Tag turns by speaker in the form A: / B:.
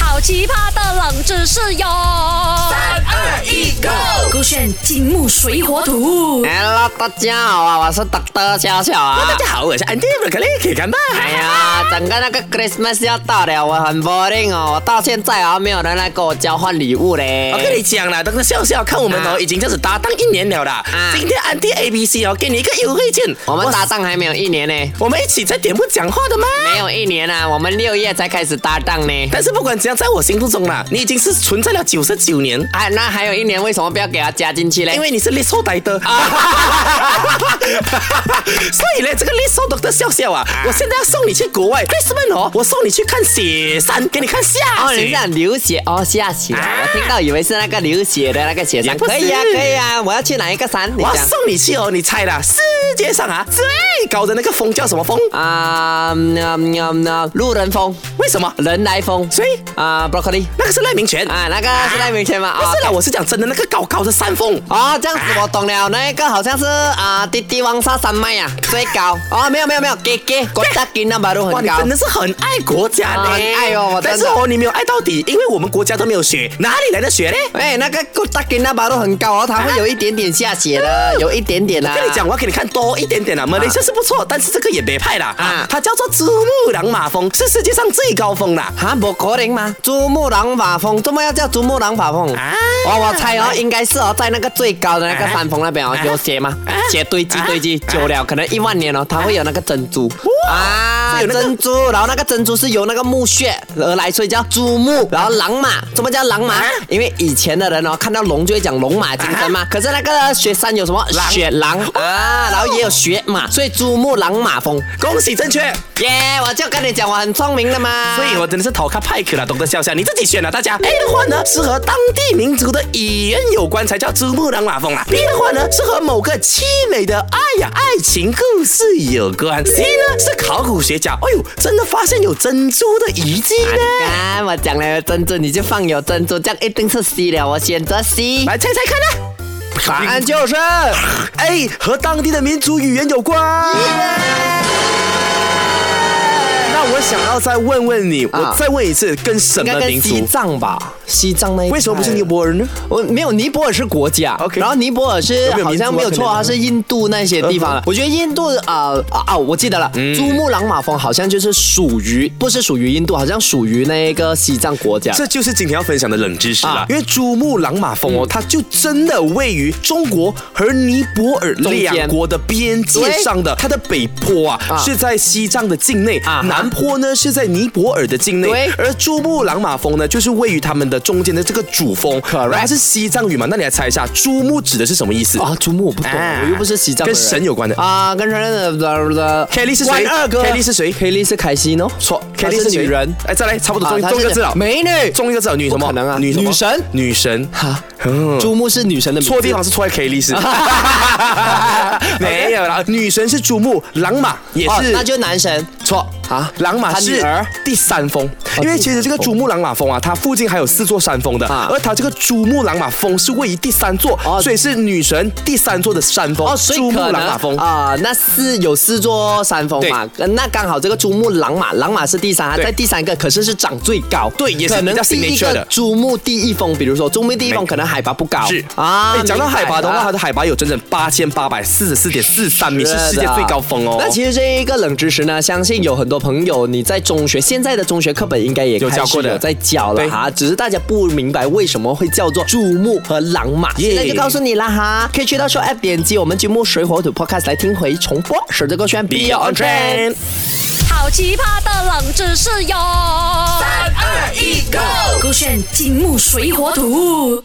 A: 好奇葩的冷知识哟！三
B: 二一，Go！
A: 勾选金木水火土。
C: Hello，大家好啊，我是 Doctor 小小啊。
B: 哦大家好，我是 Andy Broccoli，可以看吧？
C: 哎呀，整个那个 Christmas 要到了，我很 boring 哦，我到现在啊没有人来跟我交换礼物嘞。
B: 我跟你讲啦，等着笑笑看我们哦，
C: 啊
B: 已经这样子搭档一年了啦。
C: 啊
B: 今天 Andy ABC 哦，给你一个优惠券，
C: 我们
B: 哇
C: 搭档还没有一年呢，
B: 我们一起在点不讲话的吗？
C: 没有一年啊，我们六月才开始搭档呢。
B: 但是不管怎样，在我心目中啦，你已经是存在了九十九年，
C: 哎，那还有一年，为什么不要给它加进去嘞？
B: 因为你是 l i s 来的。
C: 啊
B: 所以呢，这个 l i s 的笑笑啊，我现在要送你去国外 c h r i s t m a s 哦，我送你去看雪山，给你看下
C: 哦，你是
B: 雪。
C: 讲流血哦，下雪啊！
B: 啊哎
C: 我听到以为是那个流血的那个雪山，
B: 也不是
C: 可以啊，可以啊！我要去哪一个山？你
B: 我要
C: 讲
B: 送你去哦，你猜啦，世界上啊最高的那个峰叫什么峰？
C: 啊，那那那嗯路人风，
B: 为什么？
C: 人来疯，
B: 谁
C: 啊，broccoli
B: 那个是赖明权
C: 啊，那个是赖明轩吗？
B: 不
C: 啊
B: 是啦，我是讲真的，那个高高的山峰。
C: 哦，这样子我懂了，那个好像是啊，滴滴王沙山脉啊，最高哦，没有没有没有，给给国家给那啊马路
B: 哇，
C: 很
B: 你
C: 高
B: 真。的是很爱国家的，
C: 啊很爱哦我真
B: 但
C: 的
B: 是哦，你没有爱到底，因为我们国家都没有雪，哪里来的雪呢？
C: 哎，那个国家给那马路很高哦，它会有一点点下雪的， 有一点点啦。啊
B: 我跟你讲，我要给你看多一点点啦。马来西亚是不错，但是这个也别派啦。啊
C: 啊，
B: 它叫做珠穆朗玛峰，是世界上最高峰啦。
C: 啊，不可能吗？珠穆朗玛峰，怎么要叫珠穆朗玛峰？
B: 啊
C: 哦，我猜哦，应该是哦，在那个最高的那个
B: 啊
C: 山峰那边哦
B: 啊，
C: 有雪吗
B: 啊？
C: 雪堆积
B: 啊
C: 堆积，久了可能一万年哦，它会有那个珍珠
B: 哇
C: 啊
B: 是有，那个
C: 珍珠，然后那个珍珠是由那个墓穴而来，所以叫珠穆，然后朗玛，怎么叫朗玛
B: 啊？
C: 因为以前的人哦，看到龙就会讲龙马精神嘛，可是那个雪山有什么
B: 啊狼哦
C: 雪狼啊，然后也有雪马，所以珠穆朗玛峰。
B: 恭喜正确，
C: 耶，我就跟你讲，我很聪明的嘛。
B: 所以我真的是头卡派克了，懂得笑笑，你自己选了大家。A 的话呢，是和当地民族的语言有关才叫珠穆朗玛峰啊。B 的话呢，是和某个凄美的爱呀、爱情故事有关。C 呢是考古学家，哎呦，真的发现有珍珠的遗迹呢。
C: 啊，我讲了有珍珠，你就放有珍珠，这样一定是 C 了。我选择 C，
B: 来猜猜看啦、
C: 答
B: 哎
C: 案啊就是
B: A 和当地的民族语言有关。那我想要再问问你，我再问一次，跟什
C: 啊应该
B: 么
C: 跟啊
B: 民
C: 西
B: 族？
C: 藏吧，西藏那一
B: 为什么不是尼
C: 尼？
B: 泊尔呢？
C: 我没有，尼泊尔是国家
B: OK
C: 然后尼泊尔是
B: 有没有民族啊
C: 好像没有错，
B: 可能
C: 它是印度那些地方
B: 嗯
C: 了。我觉得印度啊啊啊，我记得了，珠穆朗玛峰好像就是属于，不是属于印度，好像属于那个西藏国家。
B: 这就是今天要分享的冷知识啦
C: 啊，嗯
B: 因为珠穆朗玛峰哦，它就真的位于中国和尼泊尔
C: 间
B: 两国的边界上的，它的北坡啊
C: 啊
B: 是在西藏的境内
C: 啊，
B: 南坡呢是在尼泊尔的境内
C: 对，
B: 而珠穆朗玛峰呢就是位于他们的中间的这个主峰，
C: Correct
B: 然后是西藏语嘛，那你来猜一下，珠穆指的是什么意思？
C: 啊，珠穆我不懂，
B: 啊
C: 我又不是西藏
B: 跟
C: 人
B: 神有关的
C: 啊，跟神的的的。
B: Kelly 是谁
C: 关二哥
B: Kelly 是谁
C: ？Kelly 是凯西诺，
B: 错
C: 她
B: ，Kelly
C: 是
B: 是谁
C: 女人。
B: 哎，再来，差不多中
C: 啊她
B: 中一
C: 是
B: 个字了，
C: 美女
B: 中一个字了，女什么？
C: 不可能啊
B: 女什么
C: 女神
B: 女神。
C: 哈，
B: 嗯
C: 珠穆是女神的名字
B: 错地方是错在 K 历史， 没有啦，女神是珠穆朗玛，也
C: 哦，
B: 是
C: 那就男神
B: 错
C: 啊
B: 朗玛
C: 她女
B: 是
C: 儿
B: 第三峰，因为其实这个
C: 第三峰
B: 珠穆朗玛峰啊，它附近还有四座山峰的，
C: 啊
B: 而它这个珠穆朗玛峰是位于第三座，
C: 哦
B: 所以是女神第三座的山峰，
C: 哦，所以
B: 珠穆
C: 可
B: 朗
C: 能
B: 玛峰。
C: 啊、那四有四座山峰嘛，那刚好这个珠穆朗玛，朗玛是第三，
B: 对
C: 在第三个，可是是长最高，
B: 对也是
C: 可能
B: 比较
C: 第一
B: signature 的
C: 个珠穆第一峰，比如说珠穆第一
B: 没
C: 峰可能海拔不高
B: 是
C: 啊
B: 哎，讲到海拔的话，它
C: 明白了
B: 的海拔有整整八千八百四十四点四三米，是世界
C: 的
B: 最高峰哦。
C: 那其实这一个冷知识呢，相信有很多朋友你在中学现在的中学课本应该也
B: 有
C: 开
B: 教
C: 始
B: 过的
C: 有在教
B: 对
C: 了哈，只是大家不明白为什么会叫做珠穆和朗玛，
B: 耶
C: 现在就告诉你啦哈，可以去到说 app 点击我们金木水火土 podcast 来听回重播，守着歌炫 Be
B: Beyond
C: on trend
B: Trend。
A: 好奇葩的冷知识哟！三
B: 二一 go
A: 勾选金木水火土。